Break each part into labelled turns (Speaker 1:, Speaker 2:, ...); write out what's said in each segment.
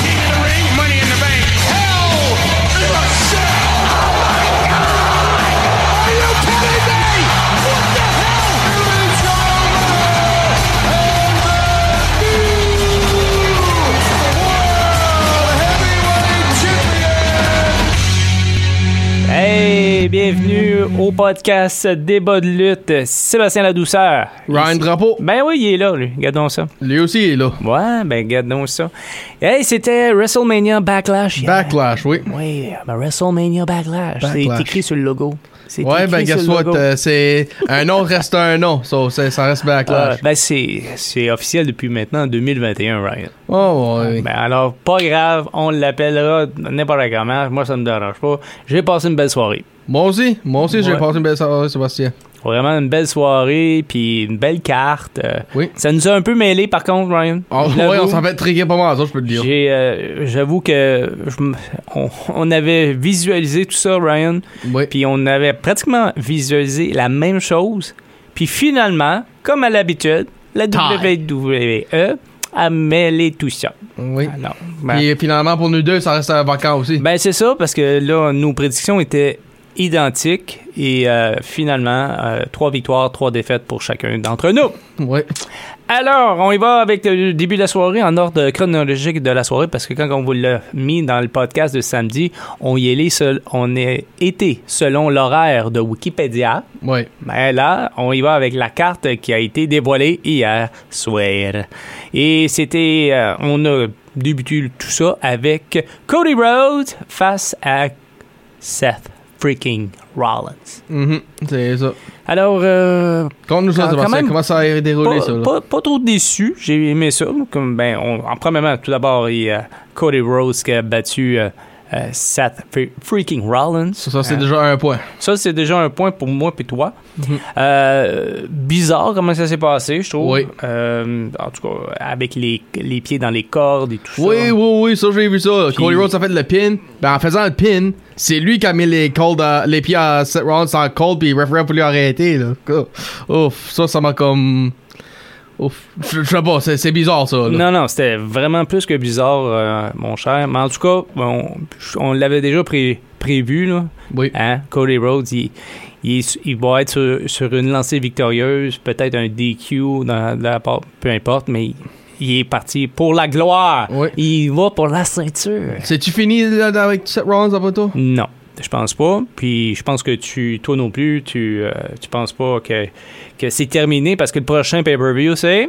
Speaker 1: King of the Ring. Money in the Bank. Hell in a Cell. Oh my God! Are you kidding me? What the hell? It's
Speaker 2: Hey, bienvenue au podcast Débat de lutte. Sébastien La Douceur.
Speaker 3: Ryan Drapeau,
Speaker 2: Ben oui, il est là, lui. Regardons ça.
Speaker 3: lui aussi est là.
Speaker 2: Ouais, ben regardons ça. Hey, c'était WrestleMania Backlash. hier.
Speaker 3: Backlash, oui.
Speaker 2: Oui, ben WrestleMania Backlash.
Speaker 3: Backlash.
Speaker 2: C'est écrit sur le logo. C'est
Speaker 3: Ouais,
Speaker 2: écrit
Speaker 3: ben
Speaker 2: sur
Speaker 3: guess
Speaker 2: le
Speaker 3: what,
Speaker 2: logo.
Speaker 3: euh, c'est un nom reste un nom, so, c'est- ça reste
Speaker 2: Ah,
Speaker 3: Backlash.
Speaker 2: ben c'est, c'est officiel depuis maintenant 2021, Ryan.
Speaker 3: Oh, ouais.
Speaker 2: Ben alors, pas grave, on l'appellera n'importe comment. Moi, ça me dérange pas. J'ai passé une belle soirée.
Speaker 3: Moi aussi, moi aussi j'ai
Speaker 2: Ouais.
Speaker 3: passé une belle soirée, Sébastien.
Speaker 2: Vraiment une belle soirée, puis une belle carte. Euh,
Speaker 3: Oui.
Speaker 2: Ça nous a un peu mêlés, par contre, Ryan.
Speaker 3: Ah,
Speaker 2: Je
Speaker 3: ouais,
Speaker 2: l'avoue.
Speaker 3: on s'en fait triguer pas mal, ça, je peux te dire.
Speaker 2: J'ai, euh, J'avoue que je m- on, on avait visualisé tout ça, Ryan,
Speaker 3: Oui.
Speaker 2: puis on avait pratiquement visualisé la même chose. Puis finalement, comme à l'habitude, la WWE a mêlé tout ça.
Speaker 3: oui.
Speaker 2: Alors, ben,
Speaker 3: Puis finalement, pour nous deux, ça reste vacant aussi.
Speaker 2: ben, c'est ça, parce que là, nos prédictions étaient identiques et euh, finalement, euh, trois victoires, trois défaites pour chacun d'entre nous.
Speaker 3: Oui.
Speaker 2: Alors, on y va avec le début de la soirée en ordre chronologique de la soirée parce que quand on vous l'a mis dans le podcast de samedi, on y est allé seul- on est été selon l'horaire de Wikipédia.
Speaker 3: Oui.
Speaker 2: Mais là, on y va avec la carte qui a été dévoilée hier soir. Et c'était, euh, on a débuté tout ça avec Cody Rhodes face à Seth freaking Rollins.
Speaker 3: Mhm, C'est ça.
Speaker 2: Alors, euh,
Speaker 3: Compte-nous ça,
Speaker 2: Quand- quand
Speaker 3: Sébastien,
Speaker 2: même,
Speaker 3: comment ça a déroulé,
Speaker 2: pas,
Speaker 3: ça? là?
Speaker 2: pas- pas trop déçu. J'ai aimé ça. Comme, ben, on- en premièrement, tout d'abord, il y a Cody Rhodes qui a battu euh, euh, Seth Fre- Freaking Rollins.
Speaker 3: Ça, ça, c'est
Speaker 2: Hein?
Speaker 3: déjà un point.
Speaker 2: Ça, c'est déjà un point pour moi puis toi.
Speaker 3: Mhm.
Speaker 2: Euh, bizarre comment ça s'est passé, je trouve.
Speaker 3: Oui.
Speaker 2: Euh, en tout cas, avec les, les pieds dans les cordes et tout
Speaker 3: Oui,
Speaker 2: ça.
Speaker 3: oui, oui, ça, j'ai vu ça.
Speaker 2: Puis-
Speaker 3: Cody Rhodes a fait le pin. Ben, en faisant le pin, c'est lui qui a mis les, cold, à- les pieds à Seth Rollins en cold, puis le referee a voulu arrêter, là. Oh, Ouf, ça, ça m'a comme. Ouf, je je sais pas, c'est c'est bizarre, ça. là.
Speaker 2: Non, non, c'était vraiment plus que bizarre, euh, mon cher. Mais en tout cas, on, on l'avait déjà pré- prévu, là.
Speaker 3: Oui.
Speaker 2: Hein? Cody Rhodes, il, il est su- il va être sur, sur une lancée victorieuse, peut-être un DQ dans, dans la part, peu importe, mais il, il est parti pour la gloire.
Speaker 3: Oui.
Speaker 2: Il va pour la ceinture.
Speaker 3: C'est-tu fini là, avec Seth Rollins après toi?
Speaker 2: Non, je pense pas. Puis je pense que tu, toi non plus, tu, euh, tu penses pas que, que c'est terminé parce que le prochain pay-per-view, c'est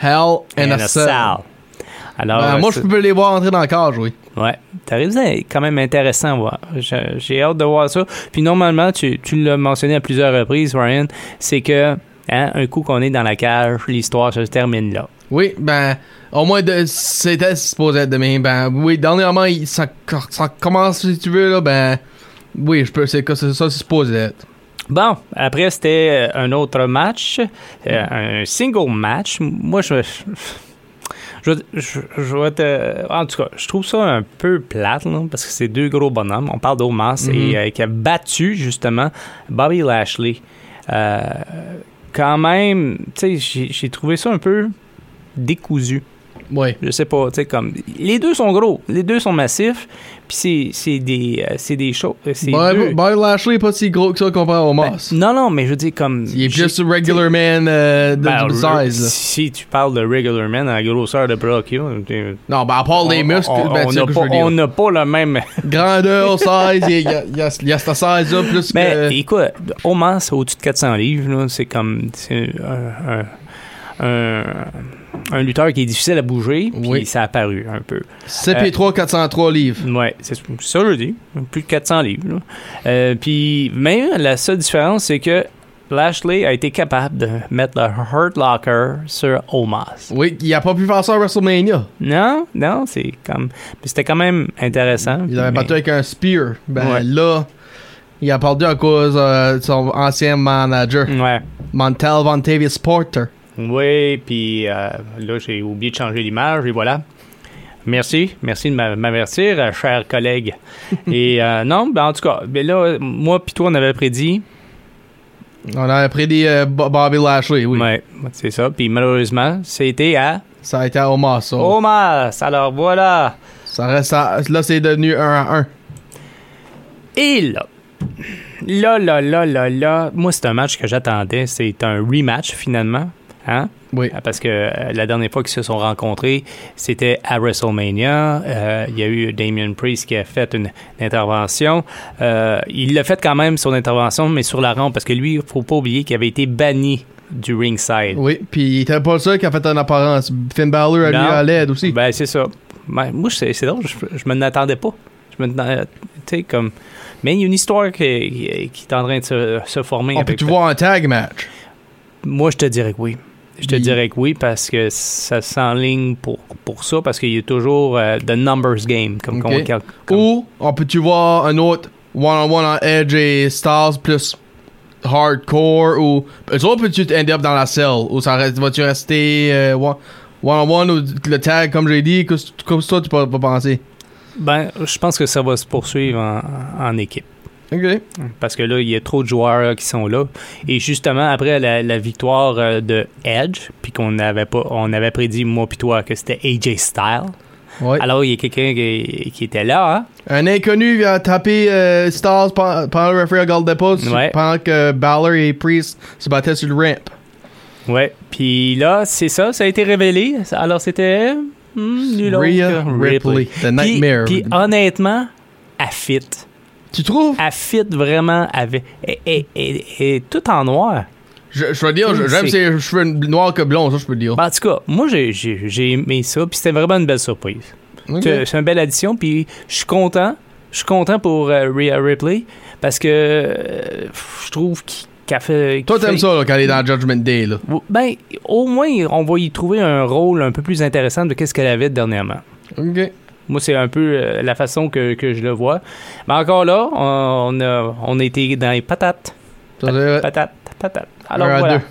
Speaker 3: Hell and,
Speaker 2: In
Speaker 3: a Cell.
Speaker 2: Alors,
Speaker 3: Ben,
Speaker 2: euh,
Speaker 3: moi,
Speaker 2: c'est-
Speaker 3: je peux les voir entrer dans le cage, oui.
Speaker 2: Ouais, t'as raison, c'est quand même intéressant à voir. J'ai j'ai hâte de voir ça. Puis normalement, tu, tu l'as mentionné à plusieurs reprises, Ryan, c'est que hein, un coup qu'on est dans la cage, l'histoire se termine là.
Speaker 3: Oui, ben, au moins, de- c'était supposé être demain. Ben, oui, dernièrement, il- ça, ça commence, si tu veux, là, ben, oui, je peux, c'est que c'est ça, c'est supposé être.
Speaker 2: Bon, après, c'était euh, un autre match, euh, un single match. Moi, je, je, je, je vais te- En tout cas, je trouve ça un peu plate, là, parce que c'est deux gros bonhommes. On parle d'Omas,
Speaker 3: Mhm.
Speaker 2: et euh, qui a battu, justement, Bobby Lashley. Euh, quand même, tu sais, j'ai j'ai trouvé ça un peu décousu.
Speaker 3: Oui.
Speaker 2: Je sais pas, tu sais, comme. Les deux sont gros, les deux sont massifs, puis c'est- c'est des, euh, c'est des choses.
Speaker 3: Bobby Bobby Lashley est pas si gros que ça comparé au
Speaker 2: Ben,
Speaker 3: Moss.
Speaker 2: non, non, mais je dis comme.
Speaker 3: il est
Speaker 2: j'ai-
Speaker 3: juste un regular man euh, de
Speaker 2: Ben,
Speaker 3: de
Speaker 2: re-
Speaker 3: size. là.
Speaker 2: Si tu parles de regular man à la grosseur de Brock Hill, t'es-
Speaker 3: Non, ben à part les
Speaker 2: on-
Speaker 3: muscles,
Speaker 2: on
Speaker 3: ben,
Speaker 2: on
Speaker 3: c'est
Speaker 2: n'a
Speaker 3: ce que je
Speaker 2: pas,
Speaker 3: veux
Speaker 2: on
Speaker 3: dire.
Speaker 2: n'a pas le même.
Speaker 3: Grandeur, size, il y a, il y a- il y a cette size-là plus
Speaker 2: Mais
Speaker 3: que...
Speaker 2: écoute, Oman, c'est au-dessus de 400 livres. là. C'est comme c'est un, un- un- un lutteur qui est difficile à bouger, puis
Speaker 3: Oui.
Speaker 2: ça a apparu un peu. euh,
Speaker 3: 7p3, 403 livres.
Speaker 2: Ouais, c'est ça je le dis. Plus de 400 livres. là. Euh, puis, mais la seule différence, c'est que Lashley a été capable de mettre le Hurt Locker sur Omas.
Speaker 3: Oui, il a pas pu faire ça à WrestleMania.
Speaker 2: Non, non, c'est comme. mais C'était quand même intéressant.
Speaker 3: Il avait
Speaker 2: mais-
Speaker 3: battu avec un spear. Ben
Speaker 2: Ouais.
Speaker 3: là, il
Speaker 2: Mm.
Speaker 3: a perdu à cause euh, de son ancien manager,
Speaker 2: Ouais,
Speaker 3: Montel Vontavious Porter.
Speaker 2: Oui, puis euh, là, j'ai oublié de changer l'image, et voilà. Merci, merci de m'a- m'avertir, euh, cher collègue. et euh, non, ben, en tout cas, ben là, moi puis toi, on avait prédit.
Speaker 3: On a pris des euh, Bo- Bobby Lashley, oui.
Speaker 2: Ouais, c'est ça. Puis malheureusement, c'était à
Speaker 3: Ça a été à Omaha, ça.
Speaker 2: Oh. Omas. Alors voilà.
Speaker 3: Ça reste à- Là, c'est devenu 1 à 1.
Speaker 2: Et là, là, là, là, là, là, moi, c'est un match que j'attendais. C'est un rematch, finalement. Hein?
Speaker 3: Oui.
Speaker 2: Parce que euh, la dernière fois qu'ils se sont rencontrés, c'était à WrestleMania. Euh, Il y a eu Damien Priest qui a fait une, une intervention. Euh, il l'a fait quand même, son intervention, mais sur la rampe, parce que lui, il faut pas oublier qu'il avait été banni du ringside.
Speaker 3: Oui, puis il était pas le seul qui a fait une apparence. Finn Balor a lui
Speaker 2: Non.
Speaker 3: à l'aide aussi.
Speaker 2: Ben, c'est ça. Ben, moi, c'est c'est drôle, je, je me n'attendais pas. Je me n'attendais- tu sais, comme. Mais il y a une histoire qui, qui- qui est en train de se, se former.
Speaker 3: On
Speaker 2: avec
Speaker 3: peut tu
Speaker 2: ça.
Speaker 3: voir un tag match.
Speaker 2: Moi, je te dirais que oui. Je te
Speaker 3: Il-
Speaker 2: dirais que oui parce que ça s'enligne pour, pour ça, parce qu'il y a toujours euh, the numbers game. Comme
Speaker 3: Ok.
Speaker 2: qu'on- qu'on- comme-
Speaker 3: Ou on peut tu voir un autre one-on-one en Edge et Styles plus hardcore ou. Eux autres, peux-tu end up dans la selle ou ça reste, vas-tu rester euh, one- one-on-one ou le tag comme j'ai dit Qu'est-ce que- Comme ça, tu peux pas penser.
Speaker 2: Ben, je pense que ça va se poursuivre en, en équipe.
Speaker 3: Ok.
Speaker 2: Parce que là, il y a trop de joueurs là, qui sont là. Et justement, après la, la victoire euh, de Edge, puis qu'on avait pas, on avait prédit, moi puis toi, que c'était AJ Styles.
Speaker 3: Ouais.
Speaker 2: Alors, il y a quelqu'un qui, qui était là, hein?
Speaker 3: Un inconnu a tapé euh, Styles pe- pendant le referee regardait pas sur-
Speaker 2: Ouais.
Speaker 3: pendant que Balor et Priest se battaient sur le ramp.
Speaker 2: Ouais. Puis là, c'est ça, ça a été révélé. Alors, c'était. hmm, nul autre
Speaker 3: Rhea
Speaker 2: que
Speaker 3: Ripley, The
Speaker 2: Puis-
Speaker 3: Nightmare.
Speaker 2: Puis, ah, honnêtement, elle fit.
Speaker 3: Tu trouves
Speaker 2: Elle fit vraiment avec. Et, et, et- et tout en noir.
Speaker 3: Je, je veux dire, je- j'aime ses cheveux noirs que blonds, ça je peux le dire.
Speaker 2: Ben, en tout cas, moi, j'ai j'ai- j'ai aimé ça. Puis c'était vraiment une belle surprise.
Speaker 3: Ok.
Speaker 2: C'est- C'est une belle addition. Puis je suis content. Je suis content pour euh, Rhea Ripley parce que euh, je trouve qu'il- qu'elle fait.
Speaker 3: Toi
Speaker 2: qu'il
Speaker 3: t'aimes
Speaker 2: fait-
Speaker 3: ça là, quand elle est dans Judgment Day là.
Speaker 2: Ben, au moins, on va y trouver un rôle un peu plus intéressant de qu'est-ce qu'elle avait dernièrement.
Speaker 3: Ok.
Speaker 2: Moi, c'est un peu euh, la façon que, que je le vois. Mais encore là, on, on a, on a été dans les patates,
Speaker 3: Ça, c'est-
Speaker 2: patates, patates. Alors
Speaker 3: Un à
Speaker 2: voilà.
Speaker 3: deux.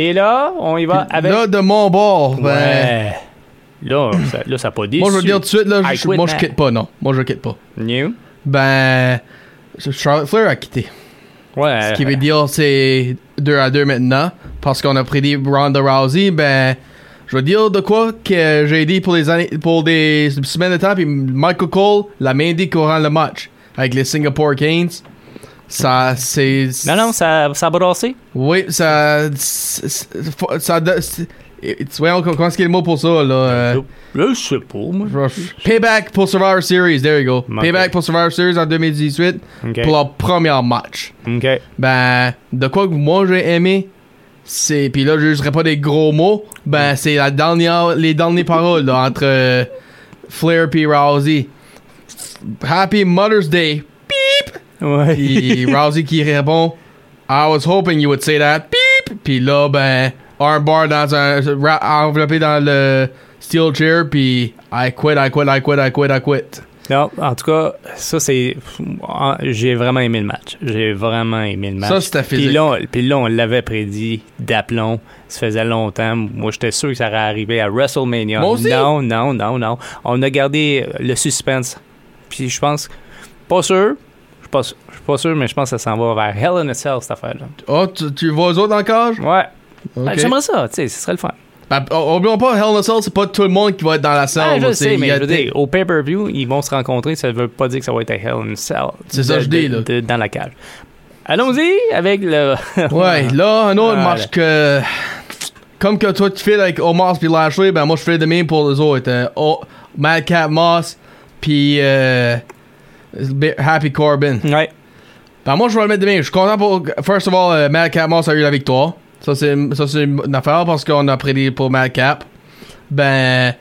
Speaker 2: Et là, on y va avec...
Speaker 3: Là de mon bord, ben,
Speaker 2: Ouais. Là, ça, là, ça a pas dit.
Speaker 3: moi je veux dire tout de suite là,
Speaker 2: I
Speaker 3: je-
Speaker 2: quit,
Speaker 3: moi je
Speaker 2: man.
Speaker 3: quitte pas non, moi je quitte pas.
Speaker 2: New.
Speaker 3: Ben Charlotte Flair a quitté.
Speaker 2: Ouais.
Speaker 3: Ce qui veut dire c'est 2 à 2 maintenant. Parce qu'on a prédit Ronda Rousey, ben je veux dire de quoi que j'ai dit pour les années pour des semaines de temps, puis Michael Cole l'a main dit courant le match avec les Singapore Canes. Ça c'est
Speaker 2: Non, non, ça, ça a brassé.
Speaker 3: Oui, ça c'est- c'est- ça de- c'est- it's- voyons comment est-ce qu'il y a le mot pour ça là. euh,
Speaker 2: Là, je sais pas, moi.
Speaker 3: Rush. Payback pour Survivor Series, there you go.
Speaker 2: Ok.
Speaker 3: Payback pour Survivor Series en 2018
Speaker 2: OK.
Speaker 3: pour leur premier match.
Speaker 2: OK.
Speaker 3: Ben, de quoi que moi j'ai aimé, c'est. Puis là, je n'userai pas des gros mots. Ben, c'est la dernière, les dernières paroles là, entre euh, Flair et Rousey. Happy Mother's Day.
Speaker 2: Ouais.
Speaker 3: Puis Rousey qui répond I was hoping you would say that. Beep. Puis là, ben, armbar dans un. ra- enveloppé dans le steel chair. Puis I quit, I quit, I quit, I quit, I quit.
Speaker 2: Non, en tout cas, ça, c'est. en- J'ai vraiment aimé le match. J'ai vraiment aimé le match.
Speaker 3: Ça, c'était
Speaker 2: Puis
Speaker 3: physique.
Speaker 2: là, on- puis là, on l'avait prédit d'aplomb. Ça faisait longtemps. Moi, j'étais sûr que ça allait arriver à WrestleMania.
Speaker 3: Moi aussi.
Speaker 2: Non, non, non, non. On a gardé euh, le suspense. Puis je pense. Pas sûr. Je suis pas sûr- je suis pas sûr, mais je pense que ça s'en va vers Hell in a Cell, cette affaire-là.
Speaker 3: Oh, tu, tu vois aux autres dans le cage?
Speaker 2: Ouais.
Speaker 3: Ok.
Speaker 2: Ben, J'aimerais ça, tu sais, ce serait le fun.
Speaker 3: Ben, oh, oublions pas, Hell in a Cell, c'est pas tout le monde qui va être dans la
Speaker 2: Ah,
Speaker 3: salle.
Speaker 2: je
Speaker 3: là,
Speaker 2: le sais,
Speaker 3: c'est-
Speaker 2: mais
Speaker 3: il y
Speaker 2: je
Speaker 3: a
Speaker 2: veux
Speaker 3: des-
Speaker 2: dire, au pay-per-view, ils vont se rencontrer, ça veut pas dire que ça va être à Hell in a Cell.
Speaker 3: C'est ça
Speaker 2: De-
Speaker 3: que je dis,
Speaker 2: de-
Speaker 3: là.
Speaker 2: de- dans la cage. Allons-y avec le.
Speaker 3: Ouais, là, un
Speaker 2: Ah,
Speaker 3: autre
Speaker 2: là.
Speaker 3: match que. Comme que toi, tu fais avec Omos puis Lashley, ben moi, je fais de même pour les autres. Euh, oh, Madcap Moss puis euh, Happy Corbin.
Speaker 2: Ouais.
Speaker 3: Ben moi je vais le mettre demain. Je suis content pour. First of all, euh, Madcap Moss a eu la victoire. Ça c'est ça c'est une affaire parce qu'on a prédit pour Madcap. Ben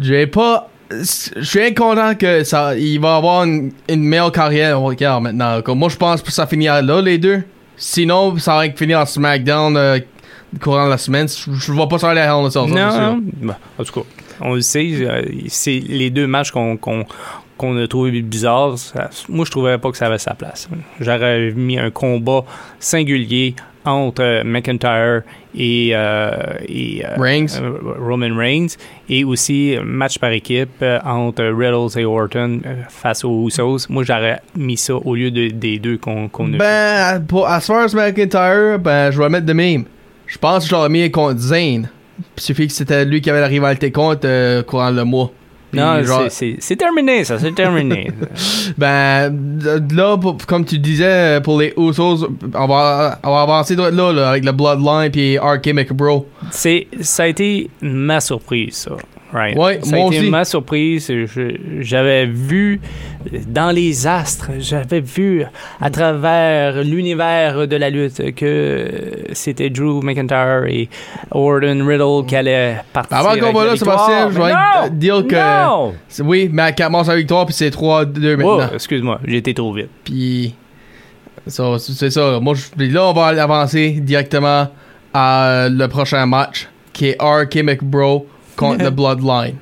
Speaker 3: j'ai pas. Je suis incontent que ça. Il va avoir une, une meilleure carrière. on regarde maintenant. Comme moi je pense que ça finira là les deux. Sinon ça va finir en SmackDown euh, courant de la semaine. Je je vois pas ça aller à Hell in a Cell, ça, c'est sûr.
Speaker 2: Non, non. Bon, en tout cas, on le sait, euh, c'est les deux matchs qu'on qu'on- qu'on a trouvé bizarres. ça- moi, je trouvais pas que ça avait sa place. J'aurais mis un combat singulier entre euh, McIntyre et, euh, et, euh,
Speaker 3: Reigns.
Speaker 2: euh, Roman Reigns et aussi euh, match par équipe euh, entre Riddles et Orton euh, face aux Usos. Moi, j'aurais mis ça au lieu de- des deux qu'on qu'on a.
Speaker 3: Ben, à- pour, as far as McIntyre, ben, je vais le mettre de même. Je pense que j'aurais mis contre Zane. Il suffit que c'était lui qui avait la rivalité contre euh, courant le mois. Puis
Speaker 2: non,
Speaker 3: genre-
Speaker 2: c'est- c'est c'est terminé, ça, c'est terminé.
Speaker 3: Ben, de- de là, pour- comme tu disais, pour les Usos, on va, on va avancer droit de là, là, avec le Bloodline puis RK McBro.
Speaker 2: C'est, ça a été ma surprise, ça. Right.
Speaker 3: Ouais,
Speaker 2: ça
Speaker 3: moi
Speaker 2: a été
Speaker 3: aussi.
Speaker 2: ma surprise. Je- j'avais vu dans les astres, j'avais vu à travers l'univers de la lutte que c'était Drew McIntyre et Orton Riddle qui allaient partir.
Speaker 3: Avant le
Speaker 2: avec
Speaker 3: combat-là,
Speaker 2: la victoire.
Speaker 3: Sébastien, je vais
Speaker 2: Mais
Speaker 3: te dire que-
Speaker 2: non!
Speaker 3: C'est- Oui, mais elle commence sa victoire puis c'est 3-2
Speaker 2: Non! Oh,
Speaker 3: maintenant.
Speaker 2: excuse-moi, j'ai été trop vite.
Speaker 3: Puis, ça, c'est ça. Moi, je- puis là, on va aller avancer directement à euh, le prochain match qui est RK McBro contre le Bloodline.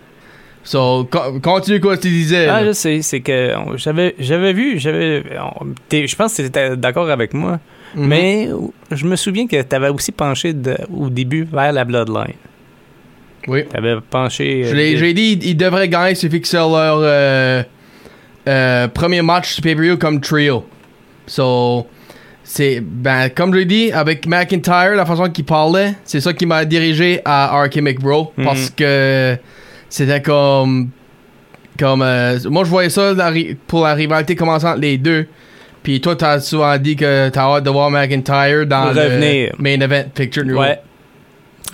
Speaker 3: So, co- continue quoi tu disais.
Speaker 2: Ah,
Speaker 3: là.
Speaker 2: je sais, c'est que on- j'avais, j'avais vu, j'avais, on- t'es- je pense que tu étais d'accord avec moi.
Speaker 3: Mhm.
Speaker 2: Mais je me souviens que tu avais aussi penché de- au début vers la Bloodline.
Speaker 3: Oui.
Speaker 2: Tu avais penché. euh,
Speaker 3: Je l'ai- J'ai dit, ils devraient gagner, il suffit que c'est leur euh, euh, premier match sur pay-per-view comme trio. So, c'est, ben, comme je l'ai dit, avec McIntyre, la façon qu'il parlait, c'est ça qui m'a dirigé à RK McBro.
Speaker 2: Mhm.
Speaker 3: Parce que c'était comme. comme euh, moi, je voyais ça la ri- pour la rivalité commençant entre les deux. Puis toi, t'as souvent dit que t'as hâte de voir McIntyre dans
Speaker 2: Revenir.
Speaker 3: le main event picture. du
Speaker 2: Ouais.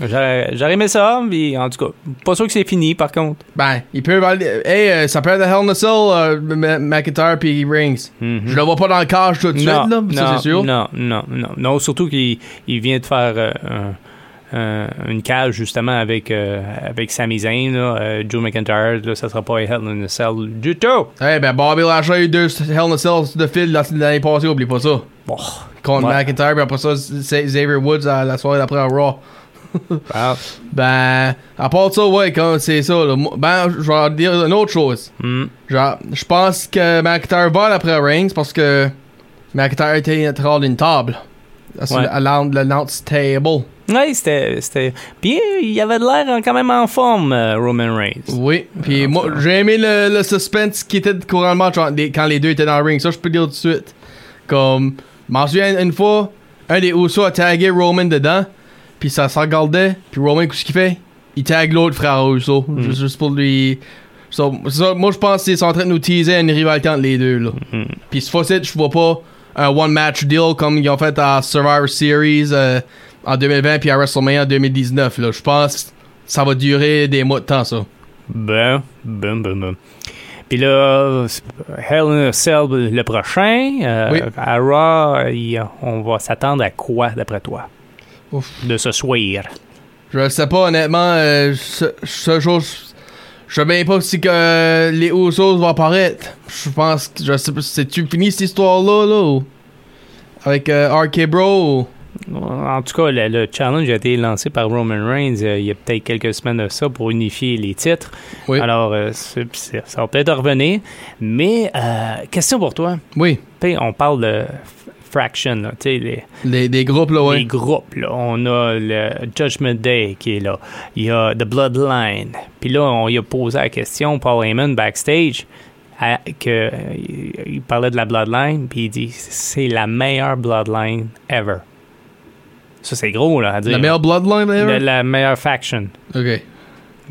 Speaker 2: J'aurais j'aurais aimé ça, mais en tout cas, pas sûr que c'est fini par contre.
Speaker 3: Ben, ils peuvent aller. Hey, euh, ça peut être Hell in a Cell, euh, M- McIntyre puis Rings. Je le vois pas dans le cage tout de suite,
Speaker 2: Mm-hmm. Non,
Speaker 3: là, ça
Speaker 2: non,
Speaker 3: c'est sûr.
Speaker 2: non, non, non, non. Surtout qu'il il vient de faire euh, un- euh, une cage justement avec, euh, avec Sami Zayn, là, euh, Joe McIntyre. Là, ça sera pas Hell in a Cell du tout.
Speaker 3: Hey, ben, Bobby Lashley a eu deux Hell in a Cell de fil la- l'année passée, oublie pas ça.
Speaker 2: Bon,
Speaker 3: Contre
Speaker 2: Ouais.
Speaker 3: McIntyre, puis après ça, c'est Xavier Woods à la soirée d'après à Raw.
Speaker 2: wow.
Speaker 3: Ben, à part ça, ouais, quand c'est ça, là, moi- ben, je vais en dire une autre chose.
Speaker 2: Hmm.
Speaker 3: Genre, je pense que McIntyre va après Rings parce que McIntyre était en train d'une table. Sur
Speaker 2: Ouais.
Speaker 3: la- la- l'announce table.
Speaker 2: Ouais, c'était. c'était- Puis euh, il avait l'air euh, quand même en forme, euh, Roman Reigns.
Speaker 3: Oui, puis
Speaker 2: Alors,
Speaker 3: moi,
Speaker 2: ça-
Speaker 3: j'ai aimé le, le suspense qui était courant le match entre les- quand les deux étaient dans le ring. Ça, je peux dire tout de suite. Comme, je m'en souviens une fois, un des Usos a tagué Roman dedans, puis ça s'en regardait, puis Roman, qu'est-ce qu'il fait Il tag l'autre frère Uso,
Speaker 2: Mm.
Speaker 3: juste, juste pour lui. Ça- ça, moi, je pense qu'ils sont en train de nous teaser une rivalité entre les deux. Là.
Speaker 2: Mhm.
Speaker 3: Puis cette fois-ci, je vois pas un one-match deal comme ils ont fait à Survivor Series euh, en 2020 puis à WrestleMania en 2019. là. Je pense que ça va durer des mois de temps, ça.
Speaker 2: Ben, ben, ben, ben. Puis là, c'est- Hell in a Cell le prochain. euh,
Speaker 3: Oui.
Speaker 2: À Raw, il- on va s'attendre à quoi, d'après toi?
Speaker 3: Ouf.
Speaker 2: De ce soir.
Speaker 3: Je le sais pas, honnêtement. Euh, ce, ce jour, je- je sais même pas si que euh, les Usos vont apparaître. Je pense que je sais pas. C'est-tu fini cette histoire-là, là? ou- Avec euh, RK Bro? ou-
Speaker 2: En tout cas, le, le challenge a été lancé par Roman Reigns euh, il y a peut-être quelques semaines de ça pour unifier les titres.
Speaker 3: Oui.
Speaker 2: Alors, euh, c'est- c'est- ça va peut-être revenir. Mais, euh, question pour toi.
Speaker 3: Oui.
Speaker 2: Tu sais, On parle de f- fraction, là, tu sais, les,
Speaker 3: Les, les groupes, là,
Speaker 2: les
Speaker 3: ouais.
Speaker 2: groupes. Là. On a le Judgment Day qui est là. Il y a The Bloodline. Puis là, on y a posé la question, Paul Heyman, backstage, à- que, euh, il, il parlait de la Bloodline, puis il dit c'est la meilleure Bloodline ever. Ça, c'est gros, là, à dire.
Speaker 3: La meilleure Bloodline,
Speaker 2: La-
Speaker 3: d'ailleurs?
Speaker 2: la meilleure faction.
Speaker 3: Ok.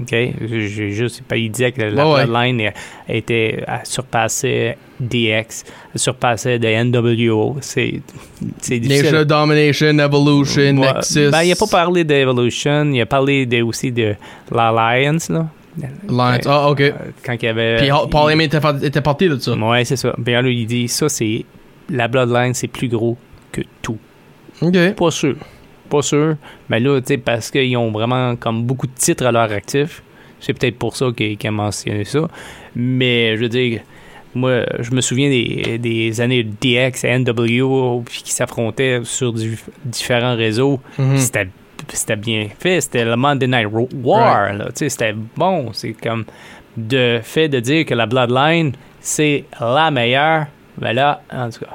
Speaker 2: OK? J'ai juste, il disait que la
Speaker 3: Ouais, ouais.
Speaker 2: Bloodline était à surpasser DX, surpassait des NWO. C'est c'est difficile.
Speaker 3: Nation of Domination, Evolution,
Speaker 2: Ouais.
Speaker 3: Nexus.
Speaker 2: Ben, il a pas parlé d'Evolution, il a parlé de- aussi de l'Alliance, là.
Speaker 3: Alliance. Ah, ok.
Speaker 2: Euh, Quand il y avait.
Speaker 3: Puis Hall- Paul
Speaker 2: il-
Speaker 3: Heyman était, fa- était parti de ça.
Speaker 2: Euh, Ouais, c'est ça. Bien, lui, il dit ça, c'est. La Bloodline, c'est plus gros que tout.
Speaker 3: Ok.
Speaker 2: Pas sûr. Pas sûr. Mais là, tu sais, parce qu'ils ont vraiment comme beaucoup de titres à leur actif. C'est peut-être pour ça qu'il qu'il a mentionné ça. Mais je veux dire, moi, je me souviens des, des années DX, NWO, puis qui s'affrontaient sur du- différents réseaux.
Speaker 3: Mhm.
Speaker 2: C'était c'était bien fait, c'était le Monday Night Ro- War, là, tu sais, c'était bon, c'est comme de fait de dire que la Bloodline c'est la meilleure, ben là en tout cas.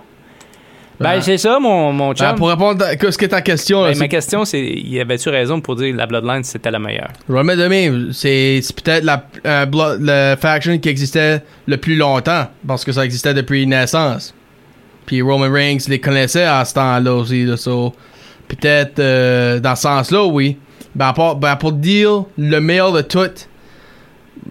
Speaker 2: Ben,
Speaker 3: Ouais.
Speaker 2: c'est ça, mon, mon chum.
Speaker 3: Euh, pour répondre à qu'est-ce que ta question, là,
Speaker 2: Ben,
Speaker 3: c'est-
Speaker 2: ma question, c'est y avait-tu raison pour dire que la Bloodline c'était la meilleure
Speaker 3: je vais le mettre de même. C'est c'est peut-être la, euh, blo- le faction qui existait le plus longtemps, parce que ça existait depuis naissance. Puis Roman Reigns les connaissait à ce temps-là aussi. là, so, peut-être euh, dans ce sens-là, oui. Ben, pour, ben, pour dire le meilleur de toutes,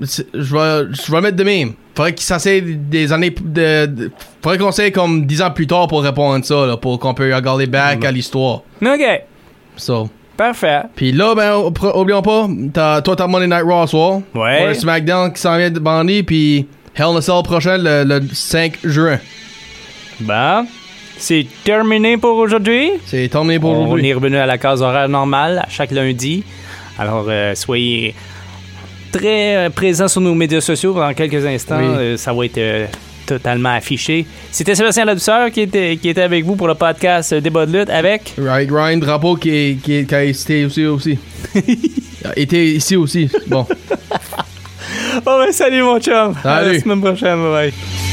Speaker 3: c'est- je vais, je vais le mettre de même. Faudrait que ça c'est des années de, de- faudrait qu'on s'aille comme 10 ans plus tard pour répondre à ça, là, pour qu'on peut regarder back à l'histoire.
Speaker 2: Ok,
Speaker 3: So.
Speaker 2: parfait.
Speaker 3: Puis là, ben, au- pro- oublions pas, t'as, toi, t'as Monday Night Raw ce soir.
Speaker 2: Ouais.
Speaker 3: Moi, le SmackDown qui s'en vient de bandit, puis Hell in a Cell prochain, le, le 5 juin.
Speaker 2: Bon, Ben, c'est terminé pour aujourd'hui.
Speaker 3: C'est terminé pour
Speaker 2: On
Speaker 3: aujourd'hui.
Speaker 2: est revenu à la case horaire normale à chaque lundi. Alors, euh, soyez très euh, présents sur nos médias sociaux dans quelques instants.
Speaker 3: Oui.
Speaker 2: Euh, ça va être euh, totalement affiché. C'était Sébastien Ladouceur qui était, qui était avec vous pour le podcast euh, Débat de lutte avec.
Speaker 3: Right, Ryan Drapeau qui, est- qui, est- qui a été aussi. aussi. Il a été ici aussi. Bon.
Speaker 2: Bon, ben, salut mon chum. À la
Speaker 3: Salut.
Speaker 2: semaine prochaine. Bye bye.